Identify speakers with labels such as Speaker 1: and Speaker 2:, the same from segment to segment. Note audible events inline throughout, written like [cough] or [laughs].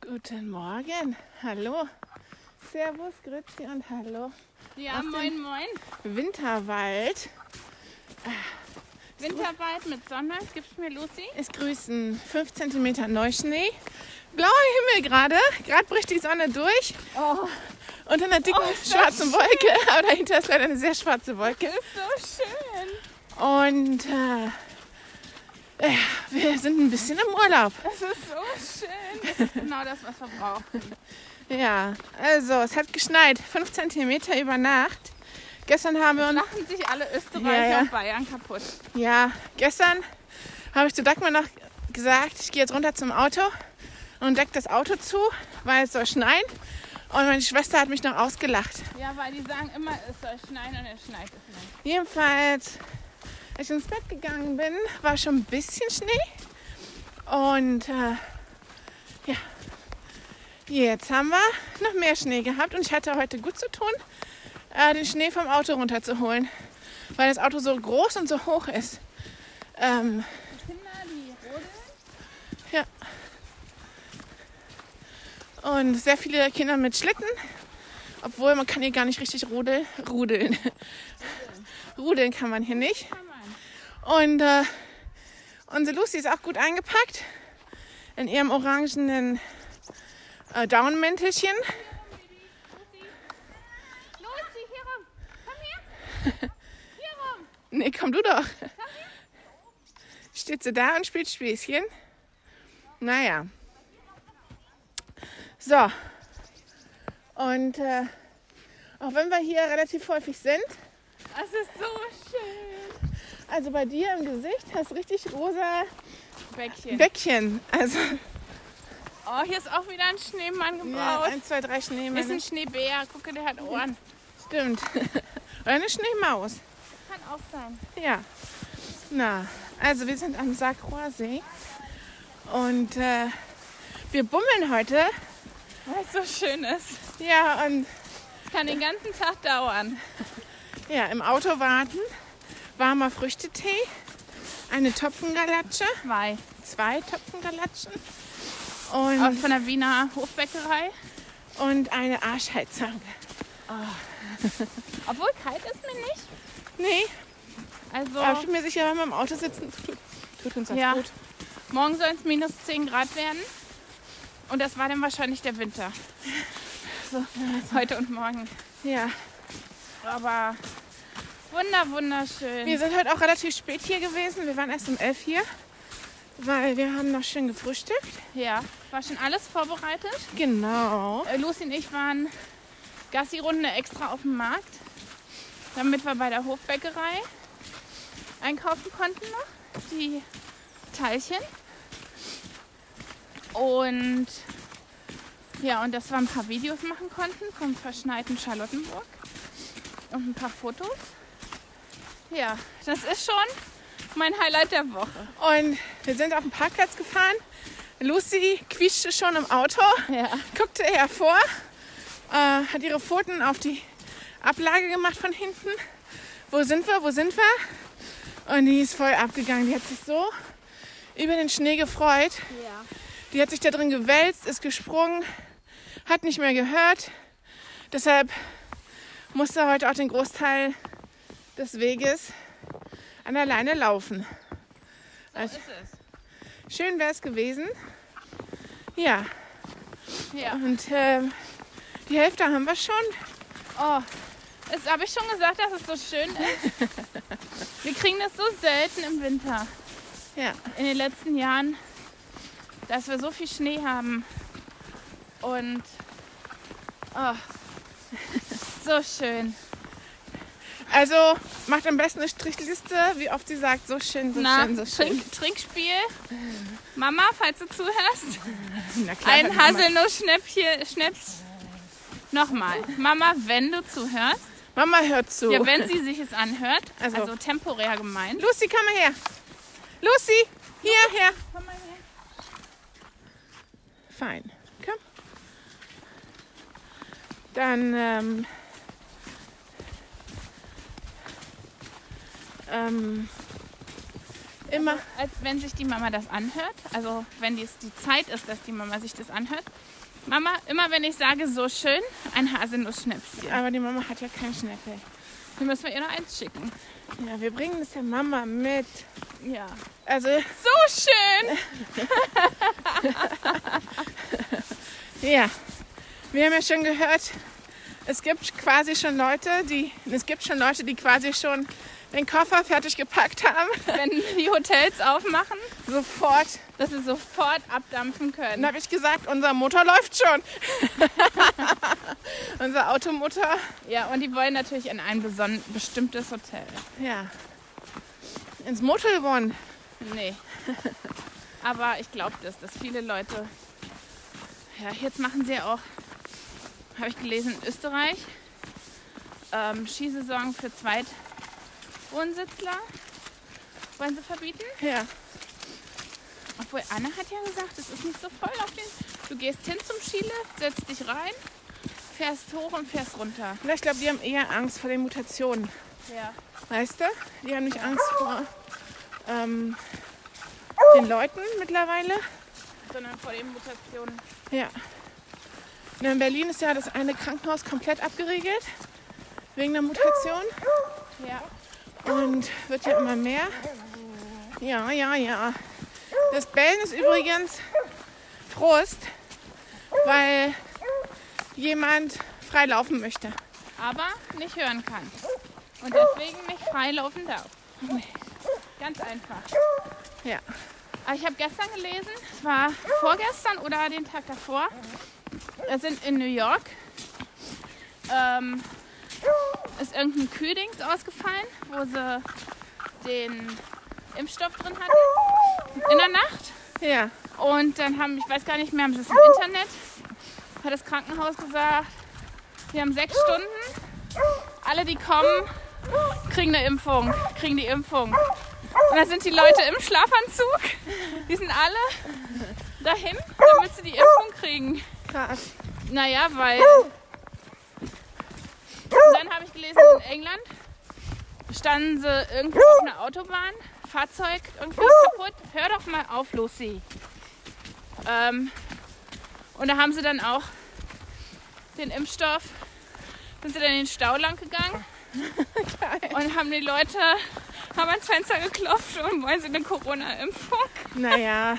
Speaker 1: Guten Morgen, hallo, Servus, Grüezi und hallo.
Speaker 2: Ja,
Speaker 1: Aus dem-
Speaker 2: moin, moin.
Speaker 1: Winterwald.
Speaker 2: Winterwald mit Sonne. Gibst du mir Lucy?
Speaker 1: Es grüßen 5 cm Neuschnee. Blauer Himmel gerade. Gerade bricht die Sonne durch.
Speaker 2: Oh,
Speaker 1: Unter einer dicken
Speaker 2: ist das
Speaker 1: schwarzen Wolke. [laughs] Aber dahinter ist leider eine sehr schwarze Wolke.
Speaker 2: so schön.
Speaker 1: Und äh, äh, wir sind ein bisschen im Urlaub.
Speaker 2: Das ist so schön. Das ist genau das, was wir brauchen.
Speaker 1: Ja, also es hat geschneit. 5 cm über Nacht. Gestern haben wir uns
Speaker 2: Machen sich alle Österreicher
Speaker 1: Ja, ja.
Speaker 2: und Bayern kaputt.
Speaker 1: Ja, gestern habe ich zu Dagmar noch gesagt, ich gehe jetzt runter zum Auto und deck das Auto zu, weil es soll schneien. Und meine Schwester hat mich noch ausgelacht.
Speaker 2: Ja, weil die sagen immer, es soll schneien und es schneit es nicht.
Speaker 1: Jedenfalls, als ich ins Bett gegangen bin, war schon ein bisschen Schnee. Und äh, ja, jetzt haben wir noch mehr Schnee gehabt. Und ich hatte heute gut zu tun, äh, den Schnee vom Auto runterzuholen, weil das Auto so groß und so hoch ist. Ähm,
Speaker 2: Die Kinder, die rodeln.
Speaker 1: Und sehr viele Kinder mit Schlitten. Obwohl, man kann hier gar nicht richtig rudel, rudeln. [laughs] rudeln kann man hier nicht.
Speaker 2: Kann man.
Speaker 1: Und äh, unsere Lucy ist auch gut eingepackt. In ihrem orangenen äh, Downmäntelchen.
Speaker 2: Lucy, hier rum. Komm her. Hier rum.
Speaker 1: Nee, komm du doch. Steht sie da und spielt Spießchen. Naja. So. Und äh, auch wenn wir hier relativ häufig sind,
Speaker 2: Das ist so schön.
Speaker 1: Also bei dir im Gesicht hast du richtig rosa
Speaker 2: Bäckchen.
Speaker 1: Bäckchen. Also
Speaker 2: Oh, hier ist auch wieder ein Schneemann
Speaker 1: ja,
Speaker 2: gebaut.
Speaker 1: eins, zwei, drei Schneemänner.
Speaker 2: ist ein Schneebär. Gucke, der hat Ohren.
Speaker 1: Stimmt. [laughs] Oder eine Schneemaus.
Speaker 2: Kann auch sein.
Speaker 1: Ja. Na, also wir sind am Sakroer See und äh, wir bummeln heute.
Speaker 2: Weil es so schön ist.
Speaker 1: Ja, und
Speaker 2: Kann den ganzen Tag dauern.
Speaker 1: ja, im Auto warten. Warmer Früchtetee. Eine Topfengalatsche.
Speaker 2: Zwei.
Speaker 1: Zwei Topfengalatschen.
Speaker 2: Auch
Speaker 1: Und,
Speaker 2: von der Wiener Hofbäckerei.
Speaker 1: und eine Arschheizange.
Speaker 2: Obwohl kalt ist mir nicht.
Speaker 1: Nee, oh. Aber ich
Speaker 2: Also
Speaker 1: bin mir sicher, wenn wir im Auto sitzen, tut, tut uns das
Speaker 2: Ja.
Speaker 1: gut.
Speaker 2: morgen soll es minus 10 Grad werden. Und das war dann wahrscheinlich der Winter.
Speaker 1: So.
Speaker 2: Heute und morgen.
Speaker 1: Ja.
Speaker 2: Aber wunder, wunderschön.
Speaker 1: Wir sind heute auch relativ spät hier gewesen. Wir waren erst um elf hier, weil wir haben noch schön gefrühstückt.
Speaker 2: ja, war schon alles vorbereitet.
Speaker 1: Genau.
Speaker 2: Äh, Lucy und ich waren Gassi-Runde extra auf dem Markt, damit wir bei der Hofbäckerei einkaufen konnten noch die Teilchen. Und ja, und dass wir ein paar Videos machen konnten vom verschneiten Charlottenburg und ein paar Fotos. Ja, das ist schon mein Highlight der Woche.
Speaker 1: Und wir sind auf den Parkplatz gefahren. Lucy quietschte schon im Auto,
Speaker 2: Ja.
Speaker 1: guckte hervor, äh, hat ihre Pfoten auf die Ablage gemacht von hinten. Wo sind wir? Wo sind wir? Und die ist voll abgegangen. Die hat sich so über den Schnee gefreut.
Speaker 2: ja.
Speaker 1: Die hat sich da drin gewälzt, ist gesprungen, hat nicht mehr gehört. Deshalb musste heute auch den Großteil des Weges an der Leine laufen.
Speaker 2: So ist es.
Speaker 1: Schön wäre es gewesen. Ja,
Speaker 2: Ja.
Speaker 1: und ähm, die Hälfte haben wir schon.
Speaker 2: Oh, das habe ich schon gesagt, dass es so schön ist.
Speaker 1: [laughs]
Speaker 2: Wir kriegen das so selten im Winter.
Speaker 1: Ja,
Speaker 2: In den letzten Jahren, dass wir so viel Schnee haben. Und oh, [laughs] so schön.
Speaker 1: also macht am besten eine Strichliste, wie oft sie sagt, so schön, so
Speaker 2: Na,
Speaker 1: schön, so schön.
Speaker 2: Trink, Trinkspiel. Mama, falls du zuhörst,
Speaker 1: Na [laughs] klar,
Speaker 2: ein
Speaker 1: dann haben wir-
Speaker 2: Haselnuss-Schnäppchen. Schnaps. Nochmal. Mama, wenn du zuhörst.
Speaker 1: Mama hört zu.
Speaker 2: Ja, wenn sie sich es anhört.
Speaker 1: Also-
Speaker 2: also temporär gemeint.
Speaker 1: Lucy, komm mal her. Lucy, hierher.
Speaker 2: Komm mal her.
Speaker 1: Fein. Komm. Dann ähm, ähm, immer.
Speaker 2: als wenn sich die Mama das anhört, also wenn dies die Zeit ist, dass die Mama sich das anhört. Mama, immer wenn ich sage, so schön, ein Haselnussschnäpschen.
Speaker 1: Aber die Mama hat ja keinen Schnäppel.
Speaker 2: Dann müssen wir ihr noch eins schicken.
Speaker 1: Ja, wir bringen das der Mama mit.
Speaker 2: Ja.
Speaker 1: Also,
Speaker 2: So schön!
Speaker 1: ja. Wir haben ja schon gehört, es gibt quasi schon Leute, die. Es gibt schon Leute, die quasi schon den Koffer fertig gepackt haben. [laughs]
Speaker 2: Wenn die Hotels aufmachen,
Speaker 1: Sofort.
Speaker 2: dass wir sofort abdampfen
Speaker 1: Dann
Speaker 2: können.
Speaker 1: habe ich gesagt, unser Motor läuft schon. [laughs] unser Automotor.
Speaker 2: Ja, und die wollen natürlich in ein beson- bestimmtes Hotel.
Speaker 1: Ja. Ins Motel One.
Speaker 2: Nee. Aber ich glaube das, dass viele Leute. Ja, jetzt machen sie ja auch, habe ich gelesen, in Österreich ähm, Skisaison für Zweitwohnsitzler wollen sie verbieten.
Speaker 1: Ja.
Speaker 2: Obwohl Anne hat ja gesagt, es ist nicht so voll auf den. Du gehst hin zum Skile, setzt dich rein, fährst hoch und fährst runter.
Speaker 1: Na, ich glaube, die haben eher Angst vor den Mutationen.
Speaker 2: Ja.
Speaker 1: Weißt du? Die haben nicht Angst vor ähm, den Leuten mittlerweile.
Speaker 2: Sondern vor den Mutationen.
Speaker 1: Ja. Na, in Berlin ist ja das eine Krankenhaus komplett abgeriegelt wegen der Mutation
Speaker 2: Ja.
Speaker 1: und wird ja immer mehr. Ja, ja, ja. Das Bellen ist übrigens Frust, weil jemand frei laufen möchte.
Speaker 2: aber nicht hören kann. Und deswegen nicht freilaufen darf. [laughs] Ganz einfach.
Speaker 1: Ja.
Speaker 2: Aber ich habe gestern gelesen, es war vorgestern oder den Tag davor, da sind in New York, ähm, ist irgendein Kühdings ausgefallen, wo sie den Impfstoff drin hatten. In der Nacht.
Speaker 1: Ja.
Speaker 2: Und dann haben, ich weiß gar nicht mehr, haben sie es im Internet, hat das Krankenhaus gesagt, wir haben sechs Stunden, alle die kommen, kriegen eine Impfung, kriegen die Impfung. Und dann sind die Leute im Schlafanzug, die sind alle dahin, damit sie die Impfung kriegen.
Speaker 1: Krass.
Speaker 2: Naja, weil... Und dann habe ich gelesen, in England standen sie irgendwo auf einer Autobahn, Fahrzeug, irgendwas kaputt. Hör doch mal auf, Lucy. Ähm, und da haben sie dann auch den Impfstoff, sind sie dann in den Stau lang gegangen und haben die Leute, haben ans Fenster geklopft und wollen sie eine Corona-Impfung.
Speaker 1: Naja.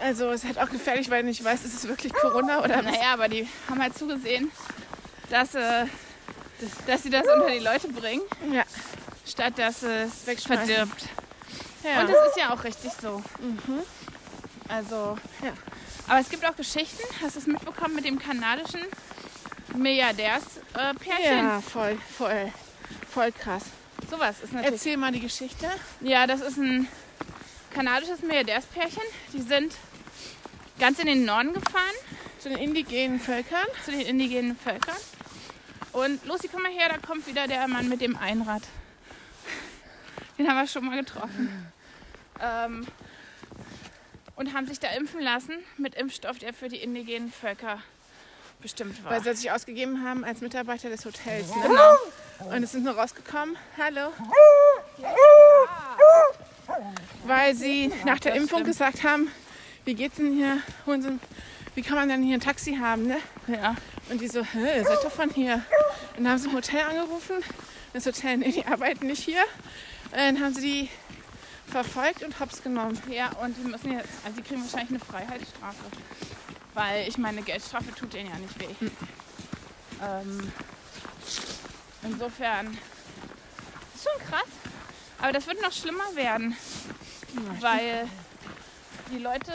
Speaker 1: Also es ist halt auch gefährlich, weil du nicht weißt, ist es wirklich Corona oder was.
Speaker 2: Naja, aber die haben halt zugesehen, dass, äh, dass sie das unter die Leute bringen,
Speaker 1: Ja.
Speaker 2: statt dass es
Speaker 1: Wegschmeißen.
Speaker 2: verdirbt.
Speaker 1: ja. Mhm.
Speaker 2: Und das ist ja auch richtig so. Also,
Speaker 1: Ja.
Speaker 2: Aber es gibt auch Geschichten, hast du es mitbekommen mit dem kanadischen Milliardärspärchen?
Speaker 1: Ja, voll, voll, voll krass.
Speaker 2: Sowas ist natürlich.
Speaker 1: Erzähl mal die Geschichte.
Speaker 2: Ja, das ist ein kanadisches Milliardärspärchen. Die sind ganz in den Norden gefahren,
Speaker 1: Zu den indigenen Völkern.
Speaker 2: zu den indigenen Völkern. Und Lucy, komm mal her, da kommt wieder der Mann mit dem Einrad. Den haben wir schon mal getroffen. Ähm, und haben sich da impfen lassen mit Impfstoff, der für die indigenen Völker bestimmt war.
Speaker 1: Weil sie sich ausgegeben haben als Mitarbeiter des Hotels. Ne?
Speaker 2: Genau.
Speaker 1: Und es sind nur rausgekommen, hallo. Weil sie nach der Impfung gesagt haben, wie geht's denn hier? Holen sie, wie kann man denn hier ein Taxi haben? Ne?
Speaker 2: Ja.
Speaker 1: Und die so, hä, ihr seid doch von hier. Und dann haben sie im Hotel angerufen. Das Hotel, nee, die arbeiten nicht hier. Und dann haben sie die verfolgt und hops genommen.
Speaker 2: Ja, und die müssen jetzt, also die kriegen wahrscheinlich eine Freiheitsstrafe. Weil ich meine, Geldstrafe tut denen ja nicht weh.
Speaker 1: Hm.
Speaker 2: Ähm, insofern ist schon krass. Aber das wird noch schlimmer werden, weil die Leute,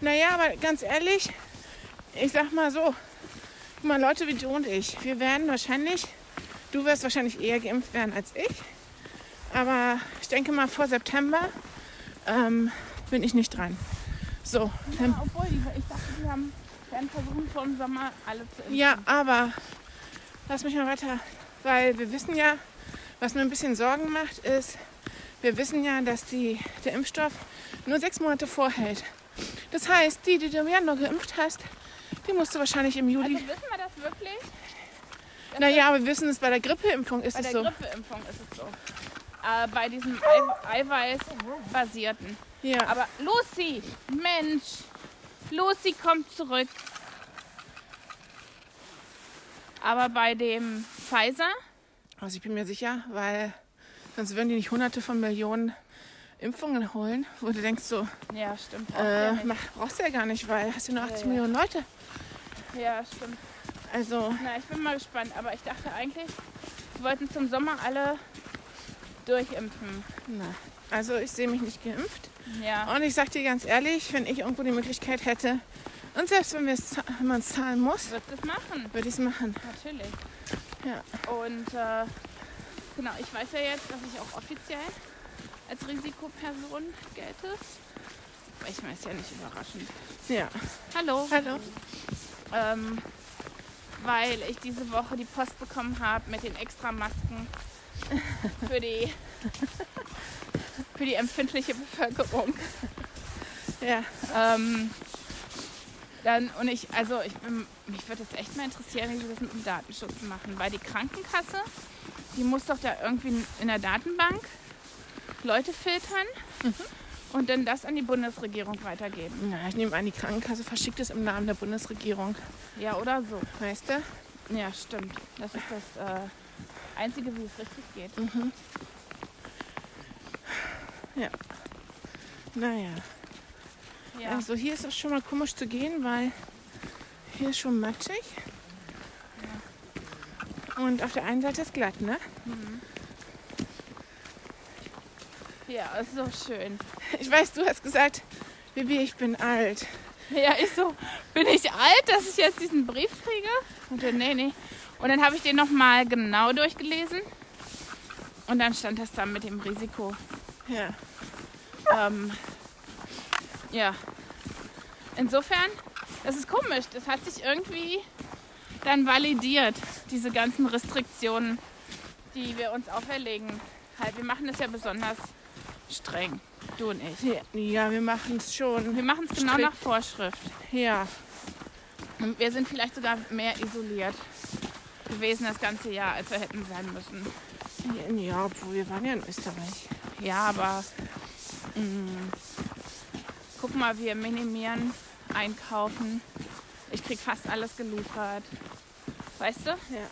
Speaker 1: Naja, aber ganz ehrlich, ich sag mal so, guck mal Leute wie du und ich, wir werden wahrscheinlich, du wirst wahrscheinlich eher geimpft werden als ich, aber ich denke mal vor September ähm, bin ich nicht dran. So, dann,
Speaker 2: ja, obwohl die, ich dachte, die haben, werden versuchen, vor dem Sommer alle zu impfen.
Speaker 1: ja, aber lass mich mal weiter, weil wir wissen ja, was mir ein bisschen Sorgen macht, ist, wir wissen ja, dass die, der Impfstoff nur sechs Monate vorhält. Das heißt, die, die du im Januar geimpft hast, die musst du wahrscheinlich im Juli
Speaker 2: Also wissen wir das wirklich?
Speaker 1: Naja, wir wissen es, bei der Grippeimpfung ist
Speaker 2: Bei
Speaker 1: es so.
Speaker 2: der Grippeimpfung ist es so. äh, bei diesem Ei Eiweißbasierten.
Speaker 1: Ja.
Speaker 2: Aber Lucy, Mensch, Lucy kommt zurück. Aber bei dem Pfizer,
Speaker 1: Also ich bin mir sicher, weil sonst würden die nicht hunderte von Millionen Impfungen holen, wo du denkst so,
Speaker 2: ja stimmt. braucht der
Speaker 1: äh,
Speaker 2: nicht.
Speaker 1: mach, brauchst du ja gar nicht, weil hast du nur 80
Speaker 2: ja.
Speaker 1: Millionen Leute.
Speaker 2: ja stimmt.
Speaker 1: Also,
Speaker 2: Na, ich bin mal gespannt. Aber ich dachte eigentlich, wir wollten zum Sommer alle durchimpfen.
Speaker 1: na, also ich sehe mich nicht geimpft.
Speaker 2: Ja,
Speaker 1: Und ich sag dir ganz ehrlich, wenn ich irgendwo die Möglichkeit hätte, und selbst wenn wir es za- wenn man es zahlen muss,
Speaker 2: wird es machen.
Speaker 1: würde ich es machen.
Speaker 2: Natürlich.
Speaker 1: Ja.
Speaker 2: Und äh, genau, ich weiß ja jetzt, dass ich auch offiziell als Risikoperson gelte. Aber ich meine, ist ja nicht überraschend.
Speaker 1: Ja.
Speaker 2: Hallo.
Speaker 1: Hallo.
Speaker 2: Ähm, weil ich diese Woche die Post bekommen habe mit den extra Masken für die, für die empfindliche Bevölkerung.
Speaker 1: Ja.
Speaker 2: Ähm, dann, und ich, also ich bin, mich würde es echt mal interessieren, wie sie das mit dem Datenschutz machen, weil die Krankenkasse, die muss doch da irgendwie in der Datenbank Leute filtern und dann das an die Bundesregierung weitergeben.
Speaker 1: Na, ich nehme an, die Krankenkasse verschickt es im Namen der Bundesregierung.
Speaker 2: Ja, oder so.
Speaker 1: Weißt du?
Speaker 2: Ja, stimmt. Das ist das äh, Einzige, wie es richtig geht.
Speaker 1: Naja.
Speaker 2: Ja,
Speaker 1: Also hier ist es schon mal komisch zu gehen, weil hier ist schon matschig. Und auf der einen Seite ist glatt, ne?
Speaker 2: ja ist so schön.
Speaker 1: Ich weiß, du hast gesagt, Bibi, ich bin alt.
Speaker 2: Ja, ich so, bin ich alt, dass ich jetzt diesen Brief kriege? Und dann, nee, nee. Und dann habe ich den nochmal genau durchgelesen. Und dann stand das da mit dem Risiko.
Speaker 1: Ja.
Speaker 2: Ähm, ja. Insofern, das ist komisch. Das hat sich irgendwie dann validiert, diese ganzen Restriktionen, die wir uns auferlegen. Halt, wir machen das ja besonders streng. Du und ich.
Speaker 1: Ja, wir machen es schon.
Speaker 2: Wir machen es genau
Speaker 1: Strikt.
Speaker 2: nach Vorschrift.
Speaker 1: Ja.
Speaker 2: Und wir sind vielleicht sogar mehr isoliert gewesen das ganze Jahr, als wir hätten sein müssen.
Speaker 1: Ja, obwohl wir waren ja in Österreich.
Speaker 2: Ja, aber mm, guck mal, wir minimieren einkaufen. Ich krieg fast alles geliefert. Weißt du?
Speaker 1: Ja.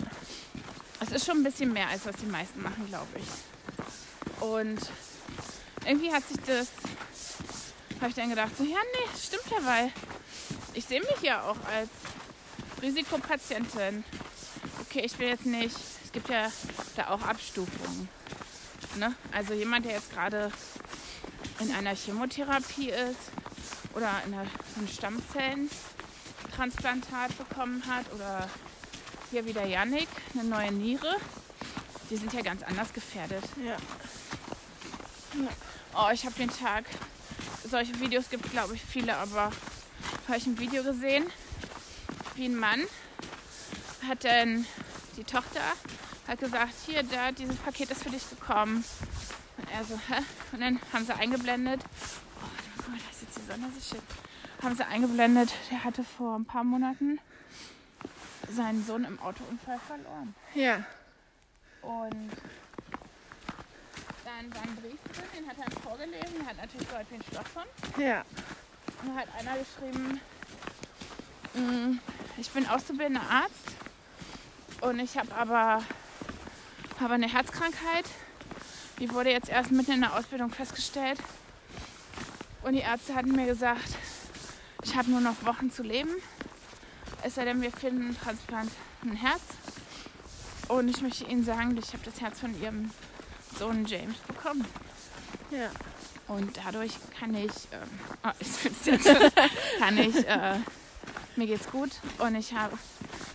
Speaker 2: Es ist schon ein bisschen mehr, als was die meisten machen, glaube ich. Und irgendwie hat sich das, habe ich dann gedacht, so, ja, nee, stimmt ja, weil ich sehe mich ja auch als Risikopatientin. Okay, ich bin jetzt nicht, es gibt ja da auch Abstufungen. Ne? Also jemand, der jetzt gerade in einer Chemotherapie ist oder in einer, ein Stammzellentransplantat bekommen hat oder hier wieder Yannick, eine neue Niere. Die sind ja ganz anders gefährdet.
Speaker 1: Ja.
Speaker 2: Oh, ich habe den Tag. Solche Videos gibt glaube ich, viele, aber habe ich ein Video gesehen, wie ein Mann hat dann die Tochter hat gesagt, hier, da, dieses Paket ist für dich gekommen. Und er so, hä? Und dann haben sie eingeblendet. Oh, guck mal, da ist jetzt die Sonne so schön. Haben sie eingeblendet, der hatte vor ein paar Monaten seinen Sohn im Autounfall verloren.
Speaker 1: Ja.
Speaker 2: Und dann war ein Brief drin, den hat er ihm vorgelesen, der hat natürlich gehört wie ein Stoff von.
Speaker 1: Ja.
Speaker 2: Und da hat einer geschrieben, "Mm, ich bin auszubildender Arzt und ich habe aber, habe eine Herzkrankheit. Die wurde jetzt erst mitten in der Ausbildung festgestellt. Und die Ärzte hatten mir gesagt, ich habe nur noch Wochen zu leben. Es sei denn, wir finden einen Transplant ein Herz. Und ich möchte Ihnen sagen, ich habe das Herz von Ihrem Sohn James bekommen.
Speaker 1: Ja.
Speaker 2: Und dadurch kann ich, ähm, [laughs] ah, ich find's jetzt schon, kann ich, äh, mir geht's gut und ich habe,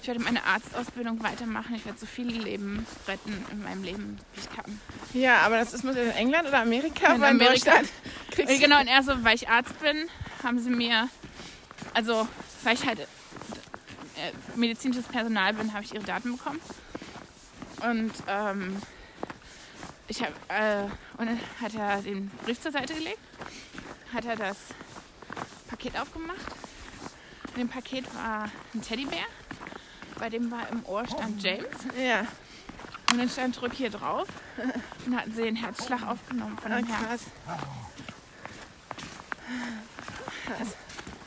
Speaker 2: ich werde meine Arztausbildung weitermachen. Ich werde so viele Leben retten in meinem Leben, wie ich kann.
Speaker 1: Ja, aber das ist muss in England oder Amerika,
Speaker 2: In
Speaker 1: weil in
Speaker 2: Amerika. [laughs]
Speaker 1: Deutschland
Speaker 2: Und
Speaker 1: kriegst
Speaker 2: genau, und eher so, weil ich Arzt bin, haben sie mir, also, weil ich halt äh, medizinisches Personal bin, habe ich ihre Daten bekommen. Und, ähm, ich habe, äh, und dann hat er den Brief zur Seite gelegt, hat er das Paket aufgemacht. In dem Paket war ein Teddybär, bei dem war im Ohr stand James.
Speaker 1: du. Ja.
Speaker 2: Und Und dann stand Drück hier drauf und hatten sie den Herzschlag aufgenommen von
Speaker 1: Ah,
Speaker 2: dem Herrn.
Speaker 1: krass.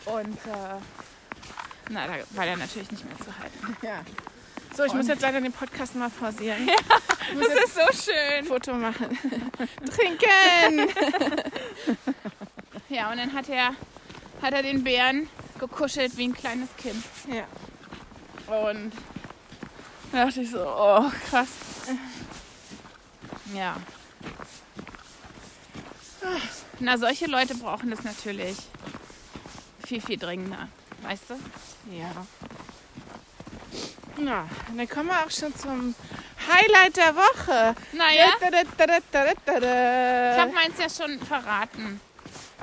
Speaker 2: Und äh, na, da war der natürlich nicht mehr zu halten.
Speaker 1: Ja. So, ich muss
Speaker 2: Und-
Speaker 1: jetzt leider den Podcast mal pausieren.
Speaker 2: [laughs]
Speaker 1: ich [laughs] muss
Speaker 2: Das
Speaker 1: jetzt
Speaker 2: ist so schön.
Speaker 1: ein Foto machen. Trinken!
Speaker 2: [laughs] Ja, und dann hat er, hat er den Bären gekuschelt wie ein kleines Kind.
Speaker 1: ja.
Speaker 2: Und da dachte ich so, oh krass. Ja. Na, solche Leute brauchen das natürlich viel, viel dringender. Weißt du?
Speaker 1: Ja. Na, und dann kommen wir auch schon zum Highlight der Woche.
Speaker 2: Naja,
Speaker 1: Da, da, da, da, da, da, da.
Speaker 2: ich habe meins ja schon verraten.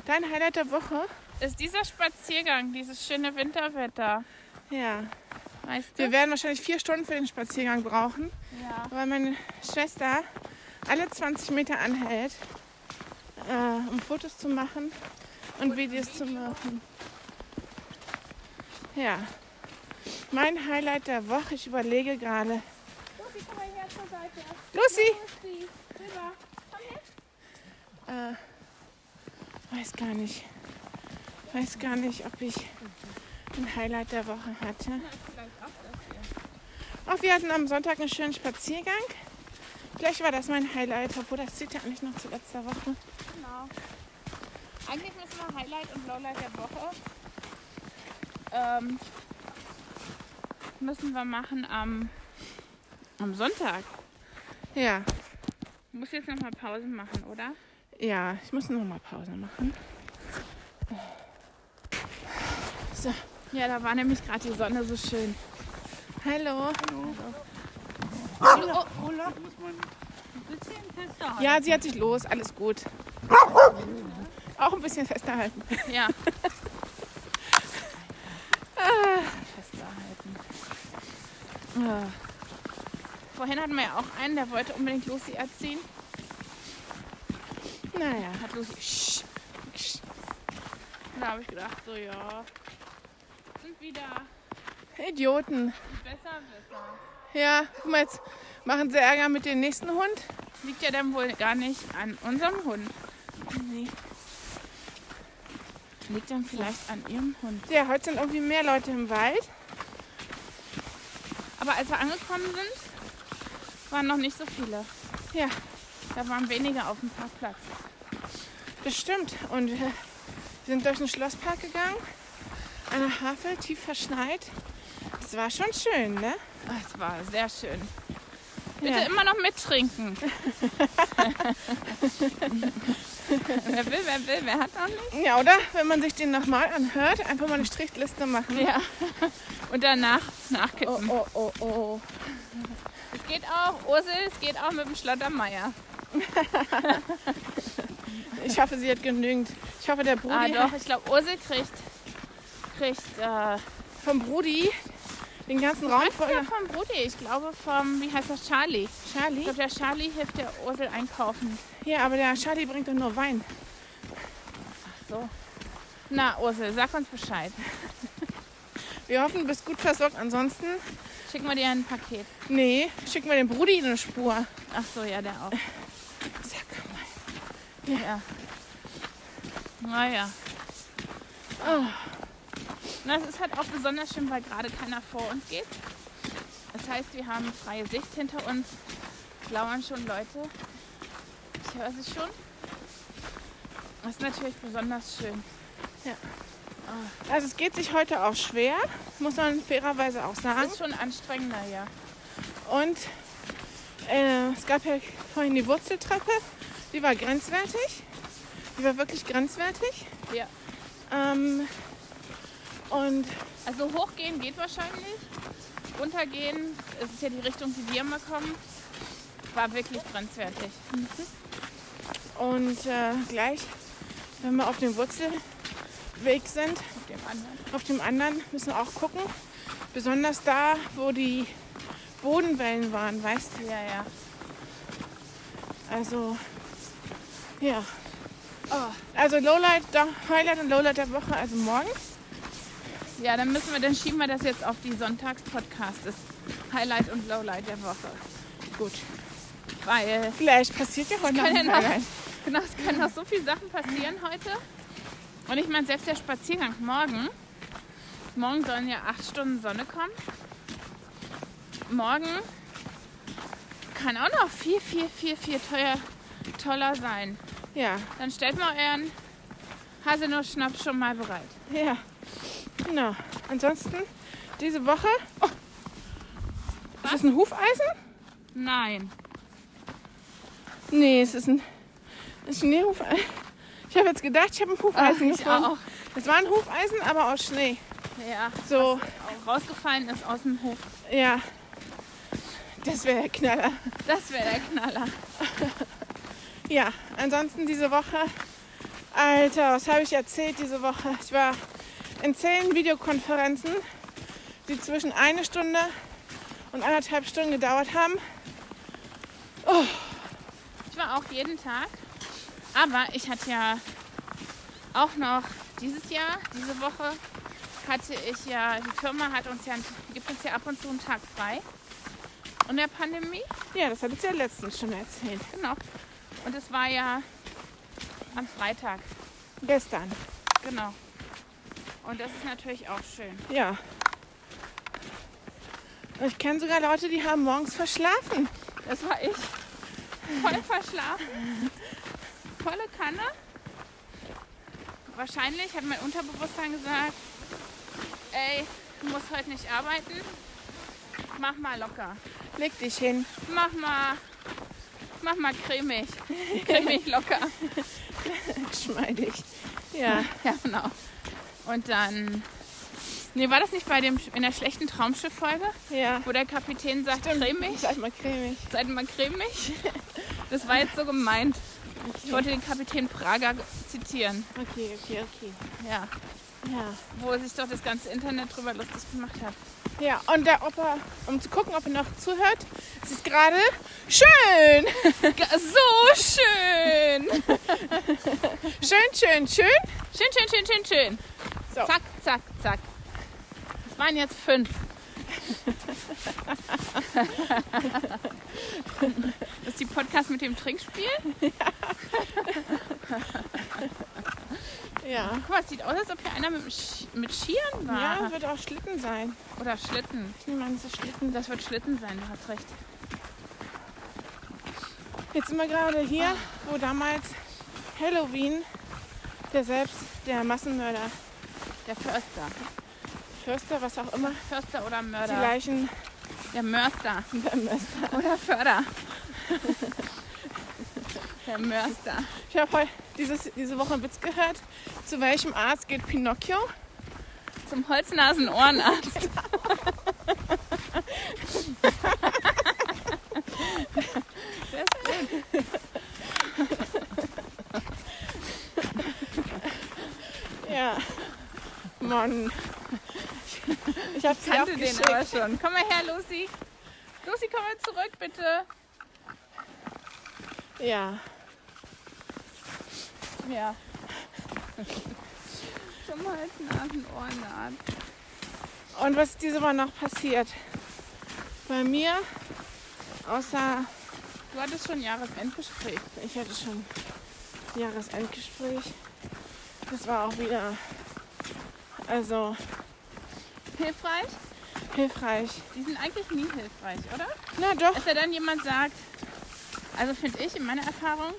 Speaker 1: Dein Highlight der Woche?
Speaker 2: Ist dieser Spaziergang, dieses schöne Winterwetter.
Speaker 1: Ja.
Speaker 2: Weißt
Speaker 1: Wir
Speaker 2: du?
Speaker 1: werden wahrscheinlich vier Stunden für den Spaziergang brauchen,
Speaker 2: Ja.
Speaker 1: weil meine Schwester alle 20 Meter anhält, äh, um Fotos zu machen und Videos zu machen. Ja. Mein Highlight der Woche, ich überlege gerade. Lucy! Äh, weiß gar nicht. Weiß gar nicht, ob ich ein Highlight der Woche hatte. Auch wir hatten am Sonntag einen schönen Spaziergang. Vielleicht war das mein Highlight, obwohl das zählt ja eigentlich noch zu letzter Woche.
Speaker 2: Genau. Eigentlich müssen wir Highlight und Lowlight der Woche ähm, müssen wir machen am, am Sonntag.
Speaker 1: Ja,
Speaker 2: Ich muss jetzt nochmal Pause machen, oder?
Speaker 1: ja, ich muss noch mal Pause machen.
Speaker 2: Ja, da war nämlich gerade die Sonne so schön.
Speaker 1: Hallo.
Speaker 2: Oh, oh,
Speaker 1: Ja, sie hat sich los, alles gut. Auch ein bisschen festgehalten.
Speaker 2: [laughs] ja. Ah, Festgehalten. Vorhin hatten wir ja auch einen, der wollte unbedingt Lucy erziehen.
Speaker 1: Naja,
Speaker 2: Hat Lucy. Sch, sch. Da habe ich gedacht, so ja. Sind wieder
Speaker 1: Idioten.
Speaker 2: die Besserwisser.
Speaker 1: Ja, guck mal, jetzt machen sie Ärger mit dem nächsten Hund.
Speaker 2: Liegt ja dann wohl gar nicht an unserem Hund.
Speaker 1: Nee.
Speaker 2: Liegt dann vielleicht an ihrem Hund.
Speaker 1: Ja, heute sind irgendwie mehr Leute im Wald.
Speaker 2: Aber als wir angekommen sind, waren noch nicht so viele.
Speaker 1: Ja,
Speaker 2: Da waren weniger auf dem Parkplatz.
Speaker 1: Das stimmt. Und äh, wir sind durch den Schlosspark gegangen, an der Havel, tief verschneit. Das war schon schön, ne?
Speaker 2: Ah, Es war sehr schön. Bitte
Speaker 1: Ja.
Speaker 2: immer noch mittrinken. [laughs] wer will, wer will, wer hat noch nicht?
Speaker 1: Ja, oder? Wenn man sich den nochmal anhört, einfach mal eine Strichliste machen.
Speaker 2: Ja. [laughs] Und danach
Speaker 1: Oh,
Speaker 2: nachkippen.
Speaker 1: oh, oh, oh.
Speaker 2: Es oh, geht auch, Ursel, es geht auch mit dem Schlottermeier.
Speaker 1: Ich hoffe, sie hat genügend. Ich hoffe, der
Speaker 2: Ah
Speaker 1: Brudi
Speaker 2: doch,
Speaker 1: hat
Speaker 2: ich glaube, Ursel kriegt, kriegt äh,
Speaker 1: vom Brudi den ganzen Raum voll.
Speaker 2: ja, vom Brudi, ich glaube vom, wie heißt das, Charlie. Ich
Speaker 1: Charlie?
Speaker 2: glaube, der Charlie hilft der Ursel einkaufen.
Speaker 1: Ja, aber der Charlie bringt doch nur Wein.
Speaker 2: So. Na, Ursel, sag uns Bescheid.
Speaker 1: Wir hoffen, du bist gut versorgt. Ansonsten,
Speaker 2: Schick mal dir ein Paket.
Speaker 1: nee, schicken wir dem Brudi eine Spur.
Speaker 2: Ach so, ja, der auch.
Speaker 1: Sag mal.
Speaker 2: Ja. Naja.
Speaker 1: Oh.
Speaker 2: Na, es ist halt auch besonders schön, weil gerade keiner vor uns geht. Das heißt, wir haben freie Sicht hinter uns. Lauern schon Leute. Ich höre sie schon. Das ist natürlich besonders schön.
Speaker 1: Also es geht sich heute auch schwer, muss man fairerweise auch sagen.
Speaker 2: Das ist schon anstrengender, ja.
Speaker 1: Und äh, es gab ja vorhin die Wurzeltreppe, die war grenzwertig. Die war wirklich grenzwertig.
Speaker 2: ja.
Speaker 1: Ähm, und
Speaker 2: Also hochgehen geht wahrscheinlich. Runtergehen, es ist ja die Richtung, die wir immer kommen, war wirklich grenzwertig.
Speaker 1: und äh, gleich, wenn wir auf dem Wurzelweg sind,
Speaker 2: Auf dem anderen.
Speaker 1: auf dem anderen müssen wir auch gucken. Besonders da, wo die Bodenwellen waren, weißt du?
Speaker 2: Ja, ja.
Speaker 1: Also, ja.
Speaker 2: Ah.
Speaker 1: Also Lowlight, da- Highlight und Lowlight der Woche, also morgen.
Speaker 2: Ja, dann müssen wir, dann schieben wir das jetzt auf die Sonntagspodcast. Das Highlight und Lowlight der Woche.
Speaker 1: gut.
Speaker 2: Weil
Speaker 1: Vielleicht passiert ja heute noch
Speaker 2: können
Speaker 1: ein
Speaker 2: noch-
Speaker 1: Highlight.
Speaker 2: Genau, es können noch so viele Sachen passieren heute. Und ich meine, selbst der Spaziergang morgen. Morgen sollen ja acht Stunden Sonne kommen. Morgen kann auch noch viel, viel, viel, viel teuer, toller sein.
Speaker 1: Ja,
Speaker 2: Dann stellt mal euren Haselnuss-Schnaps schon mal bereit.
Speaker 1: ja. Genau. Ansonsten diese Woche. Oh. Ist
Speaker 2: Was?
Speaker 1: das ein Hufeisen?
Speaker 2: Nein.
Speaker 1: Nee, es ist ein, ein Schneehufeisen. Ich habe jetzt gedacht, ich habe ein Hufeisen
Speaker 2: Ah, ich
Speaker 1: gefunden.
Speaker 2: auch.
Speaker 1: Es war ein Hufeisen, aber aus Schnee.
Speaker 2: Ja,
Speaker 1: So,
Speaker 2: auch rausgefallen ist aus dem Hof.
Speaker 1: ja. Das wäre der Knaller.
Speaker 2: Das wäre der Knaller.
Speaker 1: Ja, ansonsten diese Woche. Alter, was habe ich erzählt diese Woche? Ich war in zehn Videokonferenzen, die zwischen eine Stunde und anderthalb Stunden gedauert haben.
Speaker 2: Ich war auch jeden Tag. Aber ich hatte ja auch noch dieses Jahr, diese Woche, hatte ich ja, die Firma hat uns ja, gibt uns ja ab und zu einen Tag frei. Und der Pandemie,
Speaker 1: Ja, das habe ich dir letztens schon erzählt.
Speaker 2: genau. Und es war ja am Freitag,
Speaker 1: Gestern.
Speaker 2: genau. Und das ist natürlich auch schön.
Speaker 1: Ja. Und Ich kenne sogar Leute, die haben morgens verschlafen.
Speaker 2: Das war ich. Voll verschlafen. Volle Kanne. Wahrscheinlich hat mein Unterbewusstsein gesagt, ey, du musst heute nicht arbeiten. Mach mal locker.
Speaker 1: Leg dich hin.
Speaker 2: Mach mal, mach mal cremig. Cremig locker.
Speaker 1: Schmeidig. Ja.
Speaker 2: Ja, genau. Und dann, nee, war das nicht bei dem, in der schlechten Traumschiff-Folge,
Speaker 1: Ja.
Speaker 2: wo der Kapitän sagt, cremig?
Speaker 1: Sag mal cremig.
Speaker 2: Seid mal cremig. Das war jetzt so gemeint. Ich wollte den Kapitän Prager zitieren.
Speaker 1: Okay, okay, okay.
Speaker 2: Ja.
Speaker 1: Ja.
Speaker 2: Wo sich doch das ganze Internet drüber lustig gemacht hat.
Speaker 1: Ja, und der Opa, um zu gucken, ob er noch zuhört, es ist gerade schön.
Speaker 2: Ga- So schön!
Speaker 1: Schön, schön, schön.
Speaker 2: Schön, schön, schön, schön, schön.
Speaker 1: So.
Speaker 2: Zack, zack, zack. Das waren jetzt fünf. Das ist die Podcast mit dem Trinkspiel.
Speaker 1: Ja.
Speaker 2: Guck mal, es sieht aus, als ob hier einer mit, dem Sch- mit Skiern war.
Speaker 1: Ja, wird auch Schlitten sein.
Speaker 2: Oder Schlitten.
Speaker 1: Ich nehme an, es ist Schlitten.
Speaker 2: Das wird Schlitten sein, du hast recht.
Speaker 1: Jetzt sind wir gerade hier, wo damals Halloween, der selbst, der Massenmörder,
Speaker 2: Der Förster.
Speaker 1: Förster, was auch immer,
Speaker 2: Förster oder
Speaker 1: die
Speaker 2: Mörder.
Speaker 1: Leichen
Speaker 2: [laughs] Der Mörster. Oder Förder. Der Mörster.
Speaker 1: Ich habe heute dieses, diese Woche einen Witz gehört. Zu welchem Arzt geht Pinocchio?
Speaker 2: Zum Holznasen-Ohrenarzt.
Speaker 1: Ja. Mann. Ich, ich habe
Speaker 2: Ich kannte den aber schon. Komm mal her, Lucy. Lucy, komm mal zurück, bitte.
Speaker 1: Ja.
Speaker 2: Ja. Zum Holznasen-Ohrenarzt.
Speaker 1: Und was ist diese Woche noch passiert? Bei mir, außer
Speaker 2: Du hattest schon Jahresendgespräch.
Speaker 1: ich hatte schon Jahresendgespräch. Das war auch wieder also
Speaker 2: Hilfreich?
Speaker 1: hilfreich.
Speaker 2: Die sind eigentlich nie hilfreich, oder?
Speaker 1: Na doch,
Speaker 2: Als er dann jemand sagt, also finde ich in meiner Erfahrung,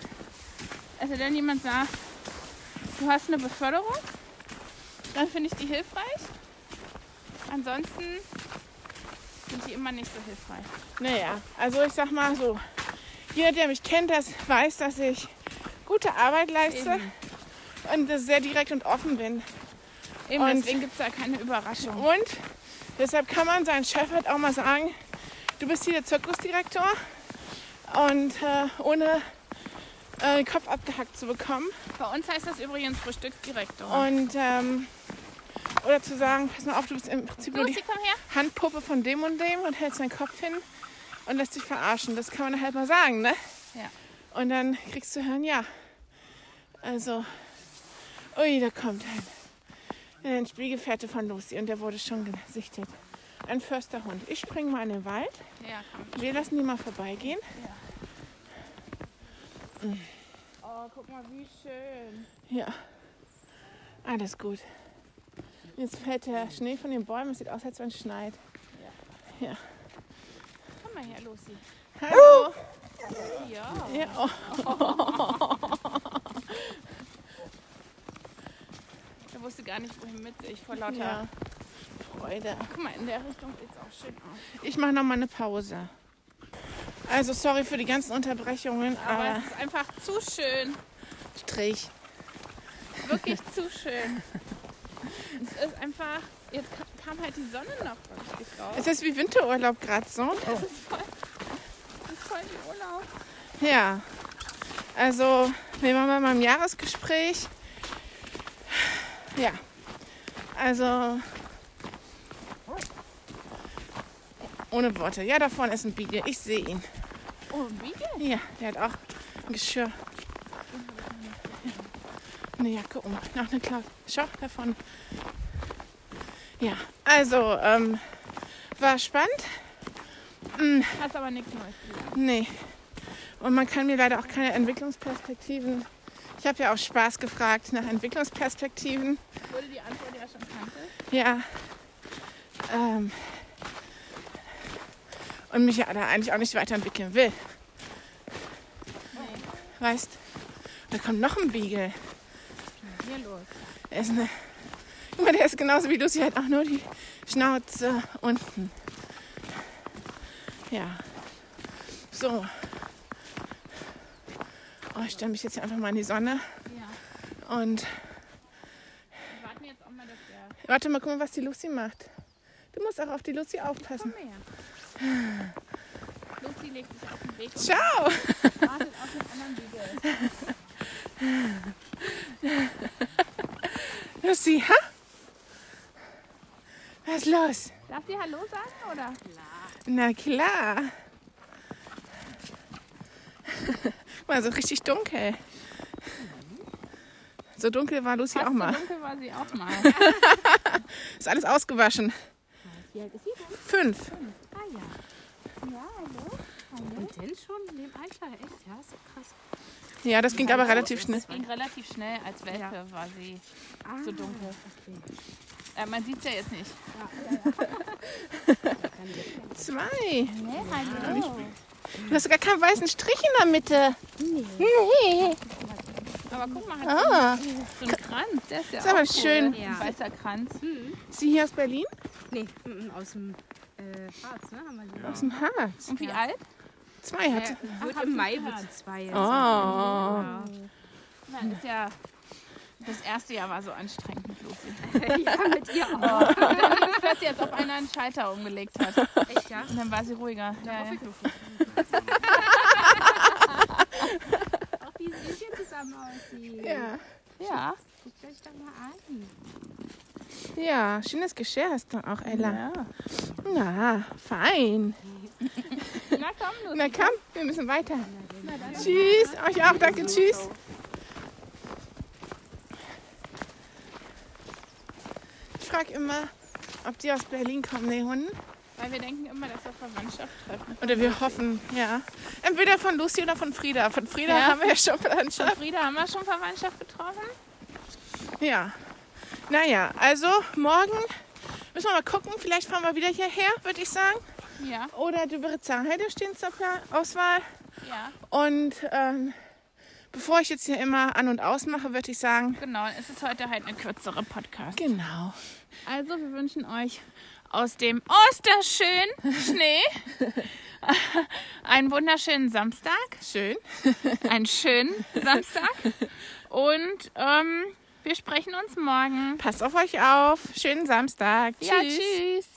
Speaker 2: als er dann jemand sagt, du hast eine Beförderung, dann finde ich die hilfreich. Ansonsten sind die immer nicht so hilfreich.
Speaker 1: naja, also ich sag mal so, jeder, der mich kennt, das weiß, dass ich gute Arbeit leiste
Speaker 2: Eben.
Speaker 1: und dass ich sehr direkt und offen bin.
Speaker 2: Eben
Speaker 1: Und-
Speaker 2: deswegen gibt es da keine Überraschung.
Speaker 1: Und deshalb kann man seinen Chef halt auch mal sagen, du bist hier der Zirkusdirektor und äh, ohne äh, den Kopf abgehackt zu bekommen.
Speaker 2: Bei uns heißt das übrigens Frühstücksdirektor.
Speaker 1: Und ähm, oder zu sagen, pass mal auf, du bist im Prinzip nur die
Speaker 2: Lucy, komm her.
Speaker 1: Handpuppe von dem und dem und hältst deinen Kopf hin und lässt dich verarschen. Das kann man halt mal sagen, ne?
Speaker 2: Ja.
Speaker 1: Und dann kriegst du hören, ja. Also, ui, da kommt ein, ein Spielgefährte von Lucy und der wurde schon gesichtet. ein Försterhund. Ich springe mal in den Wald.
Speaker 2: Ja, kann man.
Speaker 1: Wir lassen die mal vorbeigehen.
Speaker 2: Oh, guck mal, wie schön.
Speaker 1: Ja. Alles gut. Jetzt fällt der Schnee von den Bäumen. Es sieht aus, als wenn es schneit.
Speaker 2: Komm mal her, Lucy.
Speaker 1: Hallo.
Speaker 2: Ja.
Speaker 1: Ja. Oh.
Speaker 2: Ich wusste gar nicht, wohin mit sich vor lauter.
Speaker 1: Ja. Freude.
Speaker 2: Guck mal, in der Richtung sieht es auch schön aus.
Speaker 1: Ich mache noch mal eine Pause. Also sorry für die ganzen Unterbrechungen,
Speaker 2: Aber
Speaker 1: aber
Speaker 2: es ist einfach zu schön.
Speaker 1: Strich.
Speaker 2: Wirklich zu schön. Es ist einfach. Jetzt ka- kam halt die Sonne noch richtig raus.
Speaker 1: Es ist wie Winterurlaub gerade so.
Speaker 2: Es ist voll im Urlaub.
Speaker 1: Ja. Also, wir waren bei meinem Jahresgespräch. Ja. Also. Ohne Worte. Ja, da vorne ist ein Beagle. Ich sehe ihn.
Speaker 2: Oh, wie geht's?
Speaker 1: Ja, der hat auch ein Geschirr. Eine Jacke um. Noch eine Klappe. Schau, da vorne. Ja, also, ähm, war spannend.
Speaker 2: Hast aber nichts Neues gelernt.
Speaker 1: Nee. Und man kann mir leider auch keine Entwicklungsperspektiven. Ich habe ja auch Spaß gefragt nach Entwicklungsperspektiven.
Speaker 2: Wurde die Antwort ja schon kannte.
Speaker 1: Ja. Ähm. Und mich ja da eigentlich auch nicht weiterentwickeln will. Weißt da kommt noch ein Beagle.
Speaker 2: Hier los.
Speaker 1: Der ist, eine, Guck mal, der ist genauso wie Lucy, hat auch nur die Schnauze unten. Ja. So. Oh, ich stelle mich jetzt hier einfach mal in die Sonne
Speaker 2: Ja.
Speaker 1: und
Speaker 2: Wir warten jetzt auch mal, dass der.
Speaker 1: warte mal, guck mal, was die Lucy macht. Du musst auch auf die Lucy aufpassen.
Speaker 2: Komm her. Lucy legt sich auf den Weg [laughs] und
Speaker 1: Ciao!
Speaker 2: wartet auf den anderen Wiegel.
Speaker 1: Lucy, ha? Was ist los?
Speaker 2: Darf sie Hallo sagen oder? Klar.
Speaker 1: Na klar. [laughs] Guck mal, so richtig dunkel. So dunkel war Lucy auch mal.
Speaker 2: So dunkel war sie auch mal.
Speaker 1: Ist alles ausgewaschen.
Speaker 3: Wie alt ist sie denn?
Speaker 1: Fünf.
Speaker 3: Ah ja. Ja, hallo. Hallo. Und denn schon in dem Alter, echt? Ja, so krass.
Speaker 1: Ja, das ging aber relativ schnell.
Speaker 2: ging relativ schnell, als Welpe war sie so dunkel. Äh, man sieht es ja jetzt nicht.
Speaker 1: Zwei.
Speaker 3: Nee, hallo.
Speaker 1: Du hast sogar keinen weißen Strich in der Mitte.
Speaker 3: Nee.
Speaker 1: Nee.
Speaker 2: Aber guck mal, hat
Speaker 1: Ah.
Speaker 2: so einen Kranz. Der ist ja
Speaker 1: Ist aber
Speaker 2: auch cool. ne? Hm,
Speaker 1: schön.
Speaker 2: Ein weißer Kranz.
Speaker 1: Sie hier aus Berlin?
Speaker 3: Nee, mm, mm, aus dem äh, Harz, ne? Haben wir die
Speaker 1: Aus dem Harz.
Speaker 2: Und wie alt?
Speaker 1: Zwei hat sie.
Speaker 3: Wird Im Mai wird sie zwei jetzt.
Speaker 1: Oh.
Speaker 3: Ja.
Speaker 2: Nein, ist ja. Das erste Jahr war so anstrengend mit [laughs] Lucy.
Speaker 3: ja, mit ihr auch.
Speaker 2: Dass sie jetzt auf einer einen Schalter umgelegt hat.
Speaker 3: Echt, ja?
Speaker 2: Und dann war sie ruhiger. Ja, ja.
Speaker 3: [laughs] Auch wie sie hier zusammen aussieht.
Speaker 1: Oh. Ja.
Speaker 2: ja.
Speaker 3: Guckt euch doch mal an.
Speaker 1: Ja, schönes Geschirr hast du auch, Ella. Na, fein.
Speaker 2: Na komm, Lucy.
Speaker 1: Na komm, wir müssen weiter. Tschüss. Euch auch, danke, tschüss. Ich frage immer, ob die aus Berlin kommen, die Hunde.
Speaker 2: Weil wir denken immer, dass wir Verwandtschaft treffen.
Speaker 1: Oder wir hoffen, ja. Entweder von Lucy oder von Frieda. Von Frieda
Speaker 2: Ja.
Speaker 1: haben wir ja schon
Speaker 2: Von [laughs]
Speaker 1: Verwandtschaft.
Speaker 2: Frieda haben wir schon Verwandtschaft getroffen.
Speaker 1: Ja. Naja, also morgen müssen wir mal gucken. Vielleicht fahren wir wieder hierher, würde ich sagen.
Speaker 2: Ja,
Speaker 1: Oder die Beritza-Heide stehen zur Pla- Auswahl.
Speaker 2: ja,
Speaker 1: Und ähm, bevor ich jetzt hier immer an- und ausmache, würde ich sagen,
Speaker 2: genau. Es ist heute halt ein kürzerer Podcast.
Speaker 1: genau.
Speaker 2: Also, wir wünschen euch aus dem Osterschön Schnee [laughs] einen wunderschönen Samstag,
Speaker 1: Schön.
Speaker 2: einen schönen [laughs] Samstag. Und ähm, wir sprechen uns morgen.
Speaker 1: Passt auf euch auf. Schönen Samstag.
Speaker 2: Ja, tschüss.